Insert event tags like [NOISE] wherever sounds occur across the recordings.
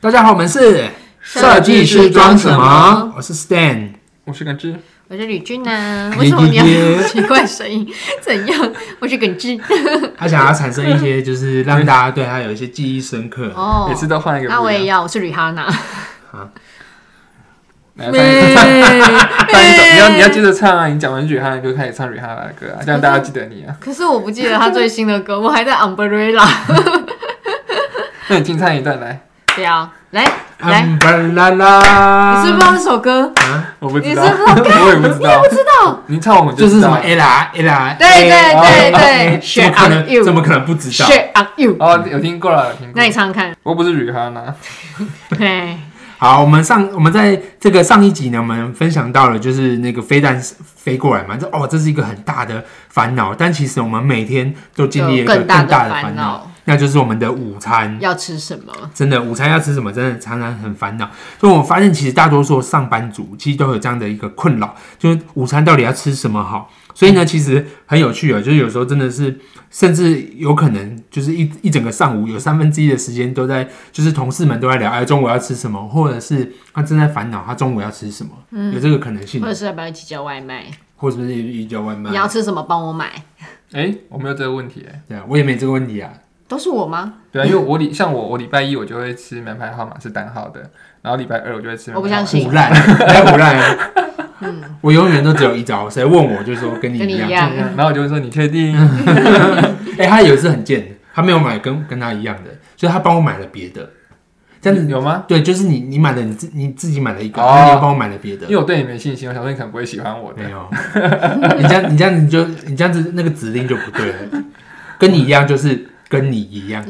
大家好，我们是设计师装什么？我是 Stan，我是耿志，我是吕俊 [LAUGHS] 呐、为什么你要耶耶耶奇怪声音？ [LAUGHS] 怎样？我是耿志。他想要产生一些就是让大家对他有一些记忆深刻。哦 [LAUGHS] 每，次都换一个不那一样。我也要，我是吕哈 [LAUGHS] 娜。来。翻 [LAUGHS] 译翻译你要你要接着唱啊！你讲完 Rihanna 的歌，开始唱 Rihanna 的歌 [LAUGHS] 啊，这样大家记得你啊。可是我不记得他最新的歌，我还在 Umbrella。 [LAUGHS] 那你清唱一段来，对啊，来嗯来，你啦啊啦，是不知道这首歌？我不知道，你是不 [LAUGHS] 我也不知道，知道？你唱我们就就是知什么道。 ella ella，对对对对 [LAUGHS] 怎么可 Share on you 能怎么可能不知道？ Shit on you。哦，有听过了，有听过那。你唱唱看。我不是 Rihanna，对，好，我们上我们在这个上一集呢，我们分享到了就是那个飞弹飞过来嘛，这哦这是一个很大的烦恼，但其实我们每天都经历了一个有更大的更大的烦烦恼恼，那就是我们的午餐。要吃什么？真的，午餐要吃什么，真的常常很烦恼。所以我发现，其实大多数上班族其实都有这样的一个困扰，就是午餐到底要吃什么好。所以呢，其实很有趣啊，就是有时候真的是，甚至有可能就是一一整个上午有三分之一的时间都在，就是同事们都在聊，哎，中午要吃什么，或者是他正在烦恼他中午要吃什么，有这个可能性或，者是要不要一起叫外卖？或者是一叫外卖你。要吃什么？帮我买。哎，我没有这个问题哎。对啊，我也没这个问题啊。都是我 [LAUGHS] 吗？对啊，因为我礼像我我礼拜一我就会吃门牌号码是单号的，然后礼拜二我就会吃门牌号码。我不相信腐烂，还腐烂。我永远都只有一招，谁问我就说跟你跟你一一样。样。嗯然后我就会说你确定？ [LAUGHS] 哎、他有一次很贱的，他没有买跟跟他一样的，所以他帮我买了别的。这样子有吗？对，就是你你买了你自你自己买了一个，哦然后你又帮我买了别的因。为我对你没信心，我想说你可能不会喜欢我 [LAUGHS] 的没。有，你这样你这样你就你这样子那个指令就不对了，跟你一样就是跟你一样。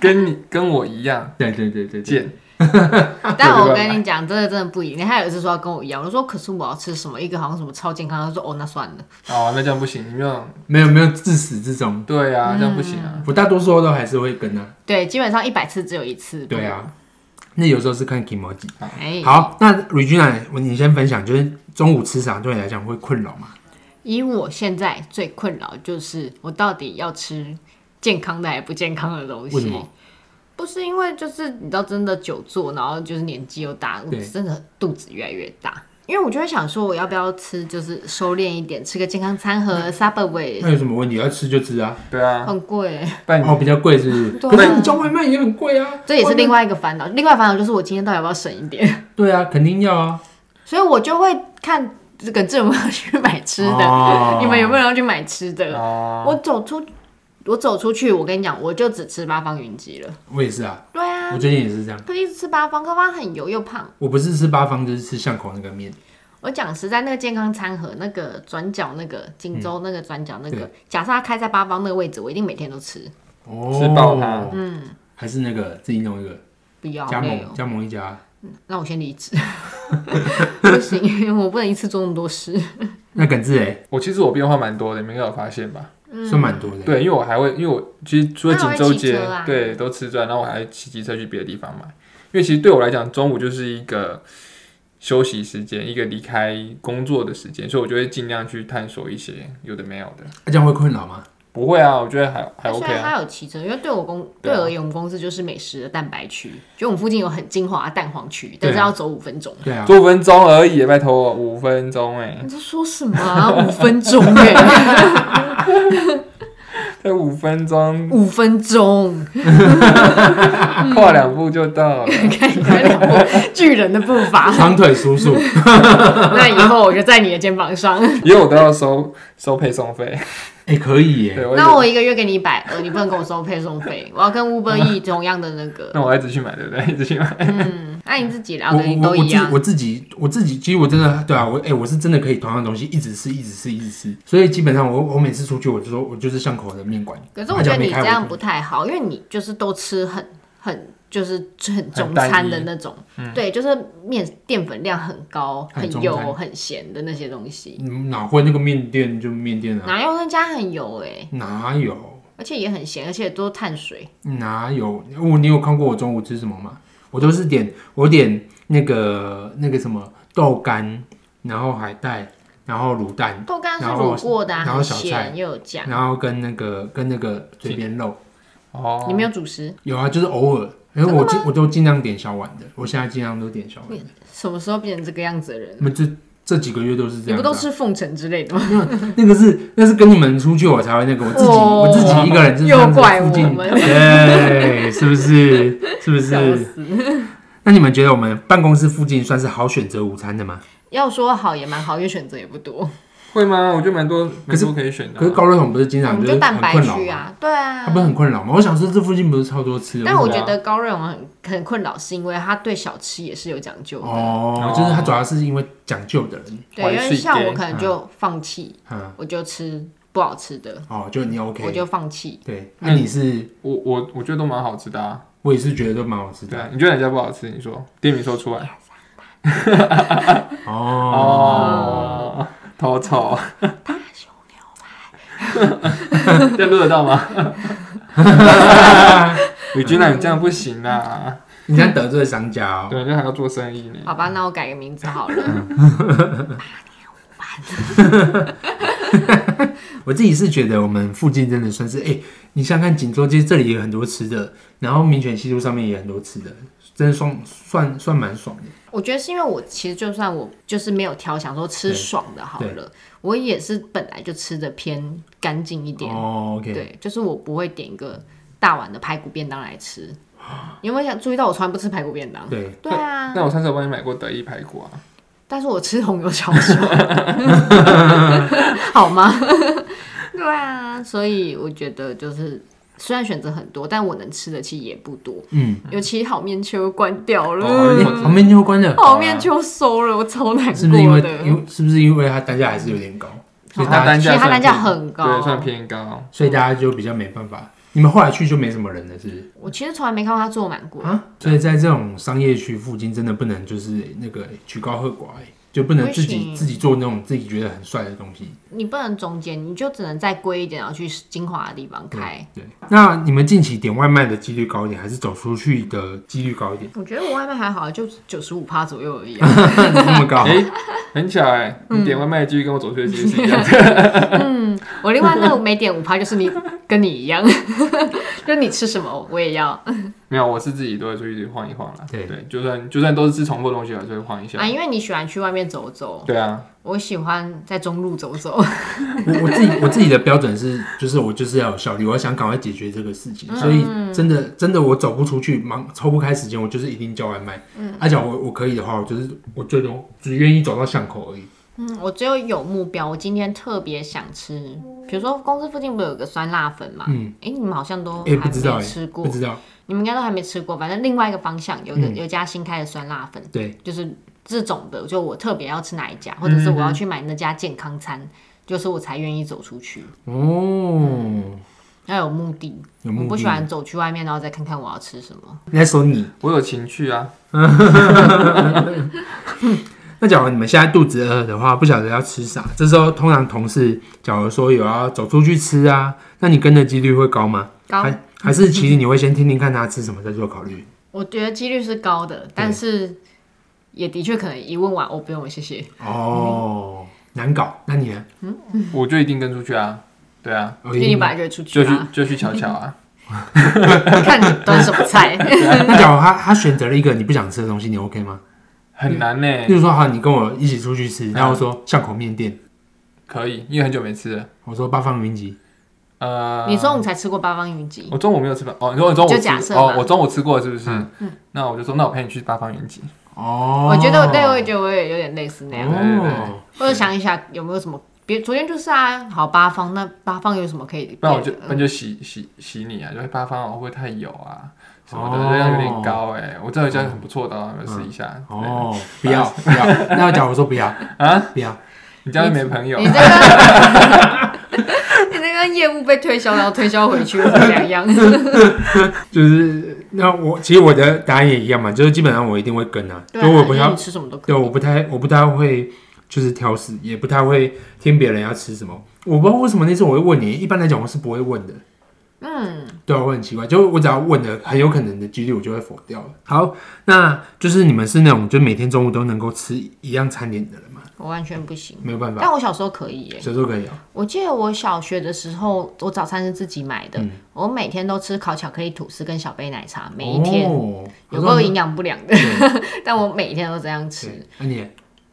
跟你跟我一样对对对对对，贱，但我跟你讲，真的真的不一定。他有一次说要跟我一样，我说可是我要吃什么，一个好像什么超健康，他说哦那算了。哦，那这样不行，你没有没有没有，自始至终，对啊，嗯这样不行啊。我大多数都还是会跟啊。对，基本上一百次只有一次。对，啊，那有时候是看 i m o j i 哎，好，那 Regina，你先分享，就是中午吃啥对你来讲会困扰吗？以我现在最困扰就是我到底要吃健康的还是不健康的东为什西么？不是因为就是你知道真的久坐，然后就是年纪又大，我对真的肚子越来越大。因为我就会想说，我要不要吃就是收敛一点，吃个健康餐盒 Subway，那有什么问题？要吃就吃啊。对啊，很贵。不然你哦，比较贵是不是？对啊可是你叫外卖也很贵啊。这也是另外外一个烦恼。另外烦恼就是我今天到底要不要省一点， [LAUGHS] 面对啊，肯定要啊。所以我就会看这个这有没有去买吃的，哦你们有没有要去买吃的？哦，我走出，我走出去，我跟你讲，我就只吃八方云集了。我也是啊，对啊我，最近也是这样。可是一直吃八方，八方很油又胖。我不是吃八方，就是吃巷口那个面。我讲实在，那个健康餐盒，那个转角那个锦州那个转角那个对，假设它开在八方那个位置，我一定每天都吃。哦吃爆它嗯，还是那个自己弄一个不要加累哦盟，加盟一家。那我先离职， [LAUGHS] 不行，我不能一次做那么多事。那耿志哎，我其实我变化蛮多的，你们应该有发现吧？嗯算蛮多的。，对，因为我还会，因为我其实除了锦州那街还会骑车啊，对，都吃转，然后我还骑机车去别的地方买。因为其实对我来讲，中午就是一个休息时间，一个离开工作的时间，所以我就会尽量去探索一些有的没有的。那啊这样会困扰吗？不会啊，我觉得还还那虽 OK 然啊。它有骑车，因为对我公对对啊我而言，我们公司就是美食的蛋白区，就我们附近有很精华的蛋黄区，对但啊是要走五分钟。对啊，做五分钟而已，拜托，五 [LAUGHS] 分钟哎、你在说什么、啊？五分钟哎、才五分钟，五分钟，跨两步就到了。你看你有两步巨人的步 [LAUGHS] 伐。长腿叔 [LAUGHS] 叔， [LAUGHS] 那以后我就在你的肩 [LAUGHS] 膀上。因为我都要收收配送费，哎，可以对，耶。我一直那我一个月给你一百二，你不能跟我收配送费，我要跟 Uber E 同样的那个。那我要一直去买，对不对？ [LAUGHS] 一直去买。嗯，那你自己聊我的你我都我一自样。我自己我自己，其实我真的对啊，我哎、我是真的可以同样的东西一直吃一直吃一直吃，所以基本上我我每次出去我就说我就是巷口的面馆，可是我他觉家得没你开这我样就不太好，因为你就是都吃很很就是吃很中很单餐一的那种，对，就是面淀粉量很高、嗯很很中油、餐很咸的那些东西，嗯哪会那个面店就面店啊？哪有人家很油哎、哪有而且也很咸，而且都碳水。哪有？我你有看过我中午吃什么吗？我都是点我点那个那个什么豆干，然后海带，然后卤蛋，豆干是然后卤过的、啊，然后很小菜咸又有酱。然后跟那个跟那个嘴边肉。哦，你没有主食，有啊，就是偶尔，因为我尽我都尽量点小碗的，我现在尽量都点小碗的。什么时候变成这个样子的人？那么这这几个月都是这你样、不啊。都吃凤城之类的吗？ [LAUGHS] [LAUGHS] 那个是那是跟你们出去我才会那个，我自己、哦我自己一个人就是这样子又怪我附近 [LAUGHS] 们对，是不是？是不笑是？死！那你们觉得我们办公室附近算是好选择午餐的吗？要说好也蛮好，因为选择也不多。会吗？我觉得蛮多可蛮是多可以选的啊、可是高瑞桶不是经我常们就是就蛋很白困扰区吗？啊，对他不是啊。很困扰吗？我想说这附近不是超多吃的，但我为什觉么得高瑞王很很困扰，是因为他对小吃也是有讲究的。哦，就是他主要是因为讲究的人，对，因怀为是像给我可能就放弃，嗯，我就吃不好吃的，哦，就你我 OK，就放弃。对，那你是我我我觉得都蛮好吃的啊。我也是觉得都蛮好吃对的啊，你觉得哪家不好吃？你说店名说出来。哦。哦，头丑。大熊牛排， [LAUGHS] 这录得到吗？宇君啊，你这样不行啦，你这样得罪商家哦，对，那还要做生意嗯呢。好吧，那我改个名字好了。我自己是觉得我们附近真的算是，哎、你想想看锦州街这里也有很多吃的，然后民权西路上面也有很多吃的，真的算算算蛮爽的。 [LAUGHS] 我觉得是因为我其实就算我就是没有挑，想说吃爽的好了，我也是本来就吃的偏干净一点。哦，OK，对，就是我不会点一个大碗的排骨便当来吃。你有没有想注意到我从来不吃排骨便当？对，对啊，那我上次有帮你买过得意排骨啊，但是我吃红油小烧， [LAUGHS] 好吗？ [LAUGHS] 对啊，所以我觉得就是虽然选择很多，但我能吃的其实也不多，嗯，尤其好面丘关掉了，哦哎旁边就关了， [LAUGHS] 好面丘收了，我超难过的。是不是因为因为是不是因为它单价还是有点高，所以它大单家价其实它算单价偏很高对，算偏高。所以大家就比较没办法。你们后来去就没什么人了，是不是？我其实从来没看过他坐满过，啊，所以在这种商业区附近，真的不能就是那个曲高和寡、哎就不能自不己行自己做那种自己觉得很帅的东西。你不能中间，你就只能再贵一点，然后去精华的地方开。对，那你们近期点外卖的几率高一点，还是走出去的几率高一 [LAUGHS] 点？我觉得我外卖还好，就九十五趴左右而已、啊。那 [LAUGHS] 么高？哎，很巧哎，你点外卖的几率跟我走出去的几率是一样的。我另外那个没点五趴，就是你跟你一样， [LAUGHS] 就是你吃什么我也要啊，没有，我是自己都会出去晃一晃啦。对对，就算就算都是吃重复的东西，我还是会晃一啊下。啊因为你喜欢去外面走走，对啊，我喜欢在中路走走。我我自己我自己的标准是，就是我就是要有效率，我想赶快解决这个事情，所以真的真的我走不出去，忙抽不开时间，我就是一定叫外卖。嗯，而且我我可以的话，我就是我最终只愿意走到巷口而已。嗯，我只有有目标，我今天特别想吃，比如说公司附近不是有个酸辣粉嘛？嗯，哎、你们好像都哎、还不知道没哎、吃过不，知道，你们应该都还没吃过。反正另外一个方向有一个、嗯有一家新开的酸辣粉，对，就是这种的，就我特别要吃哪一家，或者是嗯我要去买那家健康餐，就是我才愿意走出去，哦，要有目的。有目我的。不喜欢走去外面，然后再看看我要吃什么。你在说你？我有情趣啊，那假如你们现在肚子饿的话，不晓得要吃啥，这时候通常同事假如说有要走出去吃啊，那你跟的几率会高吗？高还还是其实你会先听听看他吃什么再做考虑？我觉得几率是高的，但是也的确可能一问完，哦，不用了，谢谢。哦，难搞。那你呢？我就一定跟出去啊。对啊，哦因为你本来就会出嗯去就去啊，就去瞧瞧 [LAUGHS] 啊。看你端什么 [LAUGHS] 菜。那假如他他选择了一个你不想吃的东西，你 OK 吗？很难呢、例如说，好，你跟我一起出去吃，然后说巷口面店，可以，因为很久没吃了。我说八方云集，呃，你中午才吃过八方云集，我中午没有吃饭哦，你说我中午就吃假设嘛嗯哦，我中午吃过了是不是？那我就说，那我陪你去八方云集。哦，我觉得我对，我也觉得我也有点类似那样，对对对哦，或者想一下有没有什么别昨天就是啊，好八方那八方有什么可以？不然我就不然就洗洗洗你啊，就是八方哦会不会太油啊什么的，哦热量有点高哎、我知道有一家很不错的哦，你们试一下。对，哦，不要 [LAUGHS] 不要，那假如说不要啊，不要，你这样会没朋友你这。个， [LAUGHS] 你这个业务被推销，然后推销回去又是 [LAUGHS] 两样。啊就是那我其实我的答案也一样嘛，就是基本上我一定会跟啊，所以我不要要，吃什么都可对，以。我不太我不太会就是挑食，也不太会听别人要吃什么。我不知道为什么那次我会问你，一般来讲我是不会问的。嗯，对啊，我很奇怪，就是我只要问了，很有可能的几率我就会否掉了。好，那就是你们是那种就每天中午都能够吃一样餐点的人嘛？我完全不行。没有办法，但我小时候可以耶，小时候可以啊，我记得我小学的时候，我早餐是自己买嗯的，我每天都吃烤巧克力吐司跟小杯奶茶，每一天、哦、有个够营养不良的， [LAUGHS] 但我每天都这样吃。哎那你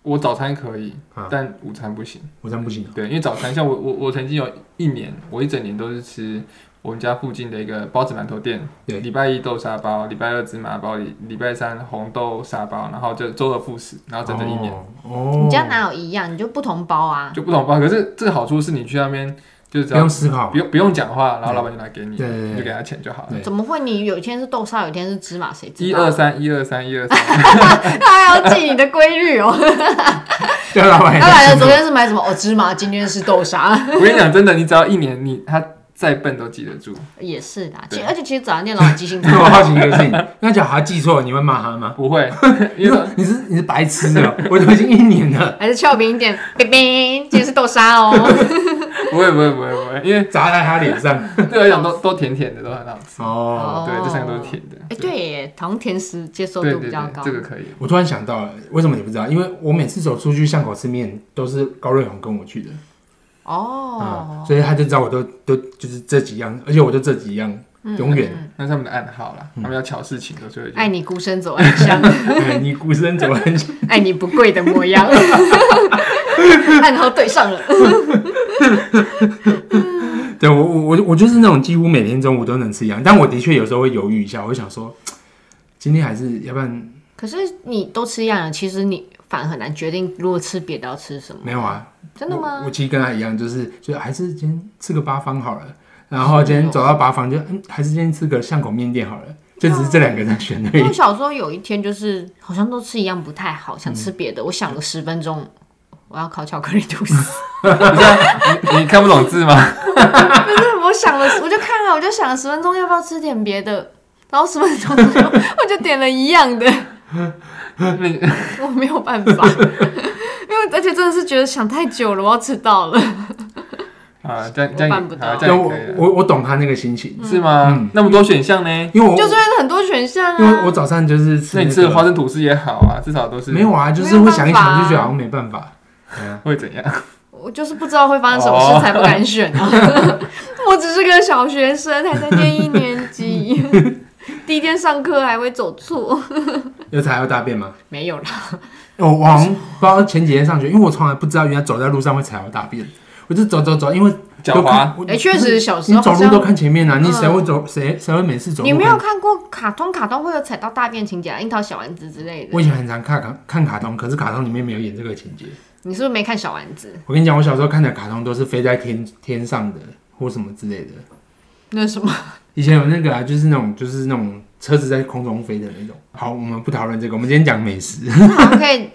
我早餐可以嗯啊，但午餐不行。午餐不行啊，对，因为早餐像我我我曾经有一年，我一整年都是吃我们家附近的一个包子馒头店，对礼拜一豆沙包，礼拜二芝麻包，礼礼拜三红豆沙包，然后就周而复始，然后整整一年、哦，你家哪有一样？你就不同包啊。就不同包。可是这个好处是你去那边就是只不要用思考不，用不用讲话，然后老板就拿给你，对对对你就给他钱就好了。对怎么会？你有一天是豆沙，有一天是芝麻，谁知一道？二三，一二三，一二三， [LAUGHS] 他还要记你的规律哦。 [LAUGHS] 对啊老板他也来在了，吃昨天是买什么？哦，芝麻，今天是豆沙， [LAUGHS] 我跟你讲，真的，你只要一年，你他再笨都记得住。也是的。其对而且其实早餐店老板记性那超我 [LAUGHS] 好好奇一个事情，那假如他记错，你会骂他吗？不会，因因 [LAUGHS] 为为你是你是白痴哦，我都已经一年了，还是俏皮一点，冰冰，今天是豆沙哦。不会不会不会不会，因为砸在他脸上。对我来讲都都甜甜的，都很好吃。哦，哦对，这三个都是甜的。哎，对耶，好像甜食接受对度对比较高对，这。个可以。我突然想到了，为什么你不知道？因为我每次走出去巷口吃面，都是高瑞宏跟我去的，啊，哦，所以他就知道我都都就是这几样，而且我就这几样，永远。那是他们的暗号啦，嗯他们要巧事情的时候就爱你孤身走暗巷， [LAUGHS] 哎你孤身走很久，爱你不跪的模样。 [LAUGHS] 暗号对上了，对我我我我就是那种几乎每天中午都能吃一样，但我的确有时候会犹豫一下，我会想说，今天还是要不然可是你都吃一样了，其实你反而很难决定，如果吃别的要吃什么。没有啊，真的我吗我？其实跟他一样，就是就是还是今天吃个八方好了，然后今天走到八方就嗯，还是今天吃个巷口面店好了，就只是这两个在选而因为已。我小时候有一天就是好像都吃一样不太好，想嗯吃别的，我想了十分钟，我要烤巧克力吐 [LAUGHS] 司。 [LAUGHS] 你你看不懂 [LAUGHS] 字吗？不是，我想了，我就看啊了，我就想了十分钟，要不要吃点别的？然后十分钟之后， [LAUGHS] 我就点了一样的，你 [LAUGHS] 我没有办法，因为而且真的是觉得想太久了，我要迟到哦了。啊，这样这我样办不也到嗯好，这对样也我可以啊了，我嗯我懂他那个心情，是吗？那么多选项呢？因为我就是因为很多选项因为我啊，早上就是吃、那那你个吃的花生吐司也好啊，至少都是没有啊，就是会想一想就觉得好像没办法。对啊会怎样？我就是不知道会发生什么哦事才不敢选啊。 [LAUGHS] 我只是个小学生，还在念一年级， [LAUGHS] 第一天上课还会走错，有才要大便吗？没有啦，我我 [LAUGHS] 好像不知道前几天上学，因为我从来不知道原来走在路上会踩到大便，我就走走走，因为狡猾，都看哎确实小时你候走好路像都看前面啊，嗯你谁会走谁谁会每次走路？你没有看过卡通，卡通会有踩到大便情节啊，樱桃小丸子之类我的。以前很常看卡看卡通，可是卡通里面没有演这个情节。你是不是没看小丸子？我跟你讲，我小时候看的卡通都是飞在天天上的或什么之类的。那是什么？以前有那个啊，就是那种就是那种车子在空中飞的那种。好，我们不讨论这个，我们今天讲美食。好像可以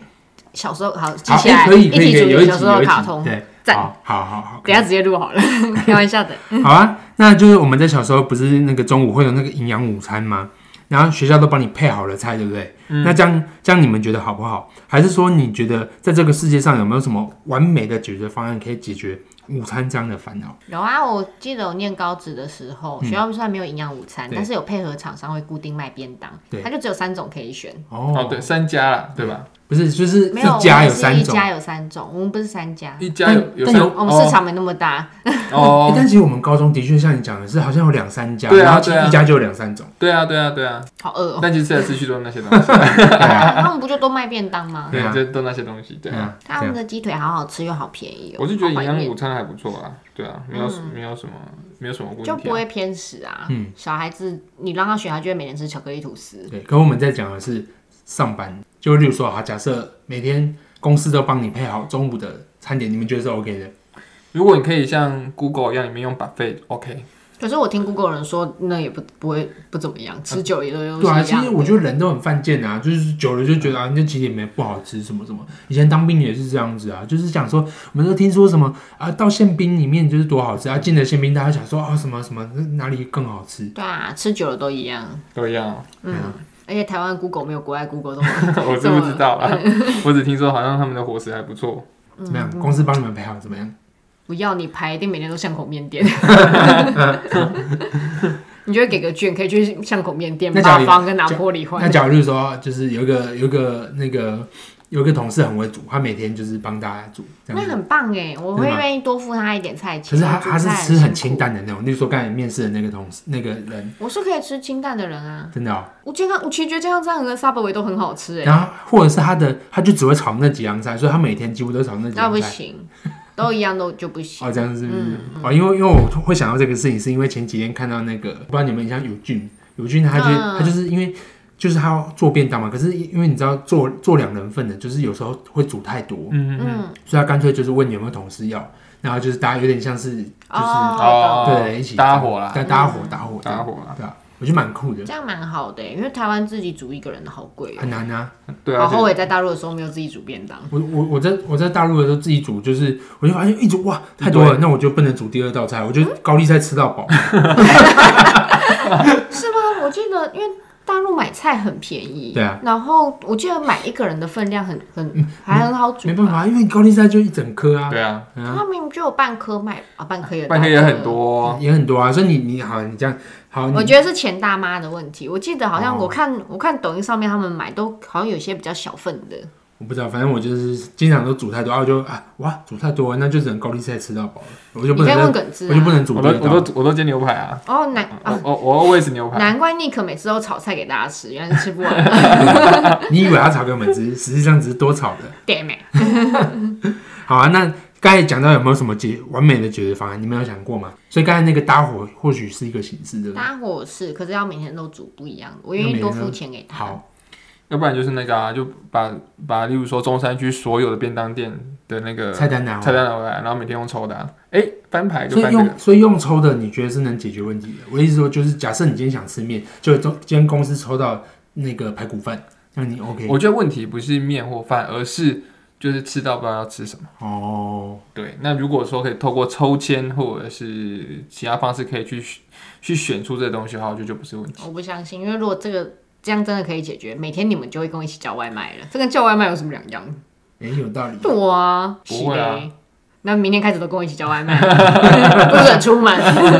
小时候好记好，起来，哎可以可一以起可主以，有一义集小时候有的一集啊卡通，对，赞好好好好，等一下直接录好了， [LAUGHS] 开玩笑的。嗯好啊，那就是我们在小时候不是那个中午会有那个营养午餐吗？然后学校都帮你配好了菜，对不对？嗯那这样这样你们觉得好不好？还是说你觉得在这个世界上有没有什么完美的解决方案可以解决午餐这样的烦恼？有啊，我记得我念高职的时候，学校虽然没有营养午餐，嗯对但是有配合厂商会固定卖便当对，它就只有三种可以选。哦哦，对，三家啦，对吧？不是，就是没有，一家有我们三是一种。家有三种，我们不是三家，一家有有但三，有嗯我们市哦场没那么大。诶哦，但其实我们高中的确像你讲的是，好像有两三家，对啊然后其对啊实一家就有两三种。对啊，对啊，对啊，好饿 [LAUGHS] 哦！但其实吃来吃去都是那些东西，他们不就都卖便当吗？对啊对，就都那些东西，对对啊。啊，他们的鸡腿好好吃又好便宜哦，嗯我是觉得营好怀养念午餐还不错啊，对啊，没有没有什么没有什么问嗯就不题啊。会偏食啊。嗯小孩子你让他选，他就会每天吃巧克力吐司。对，可我们在讲的是上班，就例如说，啊好，假设每天公司都帮你配好中午的餐点，你们觉得是 OK 的？如果你可以像 Google 一样，里面用 buffet，OK，可是我听 Google 人说，那也不不会不怎么样，吃久了也都都是对啊，一其样实的。我觉得人都很犯贱啊，就是久了就觉得啊，那其实也没不好吃什么什么。以前当兵也是这样子啊，就是想说，我们都听说什么啊，到宪兵里面就是多好吃啊，进了宪兵大家想说啊什么什么那哪里更好吃，对啊，吃久了都一样。都一样哦。嗯，而且台湾 Google 没有国外 Google 这么 [LAUGHS] 我是不知道啊， [LAUGHS] 我只听说好像他们的伙食还不错。嗯怎么样？公司帮你们配好怎么样？不要你排，一定每天都巷口 [LAUGHS] 面店。你就会给个券，可以去巷口面店、那假八如方跟拿破里换那。假如说就是有一个有一个那个有一个同事很会煮，他每天就是帮大家煮这那样子。很棒哎，我真会的吗愿意多付他一点菜钱。可是他我煮他是菜吃很辛清苦。淡的那种，例如说刚才面试的那个同事那个人，我是可以吃清淡的人啊，真的哦、我健康，我其实觉得健康餐和 Subway 都很好吃哎，然后或者是他的他就只会炒那几样菜，所以他每天几乎都炒那几那样不菜。行，都一样都就不行。哦，这样是不是？嗯哦，因为因为我会想到这个事情，是因为前几天看到那个，不知道你们像友俊，友俊他就、嗯他就是因为就是他要做便当嘛，可是因为你知道做做两人份的，就是有时候会煮太多，嗯嗯嗯，所以他干脆就是问有没有同事要，然后就是大家有点像是就是哦，对一起搭伙啦，搭搭伙搭伙这搭样伙啦，对啊，我觉得蛮酷的，这样蛮好的欸，因为台湾自己煮一个人的好贵哦。很难啊。对啊，好后而且悔在大陆的时候没有自己煮便当。我我我在我在大陆的时候自己煮，就是我就发现一直哇太多了，那我就不能煮第二道菜，我就高丽菜吃到饱。是吗？我记得，因为大陆买菜很便宜，对啊。嗯然后我记得买一个人的分量很很还很好煮，没办。法，因为高丽菜就一整颗啊，对啊，嗯啊他明明就有半颗卖啊，半颗也有半天也很。多哦，也很多啊，所以你你好，你这样好，我你觉得是钱大妈的问题。我记得好像哦我看、我看抖音上面他们买都好像有些比较小份的，我不知道，反正我就是经常都煮太多，啊，我就啊哇煮太多，那就只能高丽菜吃到饱了，我就不你可以能问再耿直、我就不啊。能煮我第都二我道。都我都煎牛排啊，哦，难我啊，我我 always 牛排，难怪 Nick 每次都炒菜给大家吃，原来是吃不完。 [LAUGHS] 你以为他炒给我们吃， [LAUGHS] 实际上只是多炒的。 Damn it！好啊，那刚才讲到有没有什么解完美的解决方案，你们有想过吗？所以刚才那个搭伙或许是一个形式，对不对？大家伙是，可是要每天都煮不一样的，我愿意多付钱给他。好，要不然就是那个啊，就把把例如说中山区所有的便当店的那个菜单拿菜回来。单拿回来，然后每天用抽的啊，哎，翻牌就所以翻这个，用所以用抽的，你觉得是能解决问题的？我的意思说，就是假设你今天想吃面，就中今天公司抽到那个排骨饭，那你 OK 我觉得问题不是面或饭，而是就是吃到不知道要吃什么。哦。对，那如果说可以透过抽签或者是其他方式可以去选去选出这个东西的话，我觉得就不是问题。我不相信，因为如果这个这样真的可以解决，每天你们就会跟我一起叫外卖了。这跟叫外卖有什么两样？也有道理。对啊，不会啊是嘞。那明天开始都跟我一起叫外 [LAUGHS] 卖，不准出门。 [LAUGHS]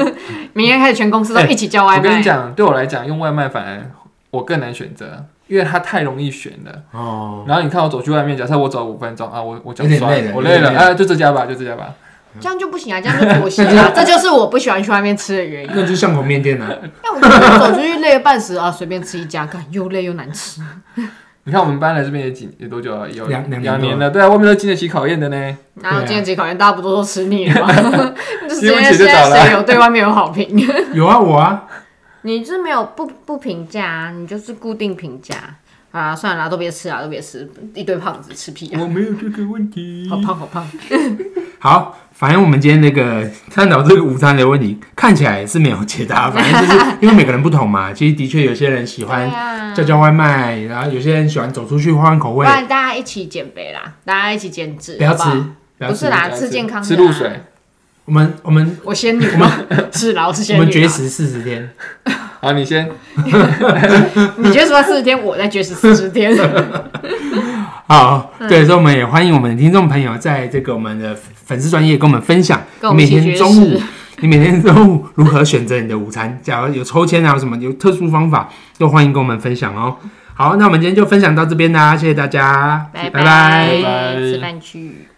明天开始全公司都一起叫外哎我卖。跟你讲，对我来讲，用外卖反而我更难选择，因为它太容易选了。哦，然后你看我走去外面，假设我走五分钟啊，我我脚有点酸累了我有累点了，累啊，就这家吧，就这家吧。这样就不行啊，这样就妥协 [LAUGHS] 啊，这就是我不喜欢去外面吃的原因。那就巷口面店啊， [LAUGHS] 那我觉得走出去累得半死啊，随便吃一家，干又累又难吃。你看我们搬来这边也几也多久了？有两两年两年多了，对啊，外面都经得起考验的呢。哪有对啊今天节考验，大家不都说吃腻了吗？ [LAUGHS] 就直因为接起就现早了在谁有对外面有好评？有啊，我啊，你是没有不不评价、啊，你就是固定评价。好啦，算了啦，都别吃啊，都别吃，一堆胖子吃屁啊，我没有这个问题好。胖好胖。好，反正我们今天那个探讨这个午餐的问题，看起来是没有解答，反正就是因为每个人不同嘛。其实的确有些人喜欢啊叫叫外卖，然后有些人喜欢走出去换换口不味，然大家一起减肥啦，大家一起减脂，不要吃好不好，不要不吃是。啦，不要吃健康的、吃露水。我们我们我仙女吗？ [LAUGHS] 是啦，我是我仙女。啊们绝，食四十天，好，你先。你绝食完四十天，我再绝食四 [LAUGHS] 十天。好，啊对，所以我们也欢迎我们的听众朋友在这个我们的粉丝专业跟我们分享，跟我你们每一起天中绝午，你每天中午如何选择你的午餐？假如有抽签啊，有什么有特殊方法，都欢迎跟我们分享哦。好，那我们今天就分享到这边啦，谢谢大家，拜拜拜拜吃饭去。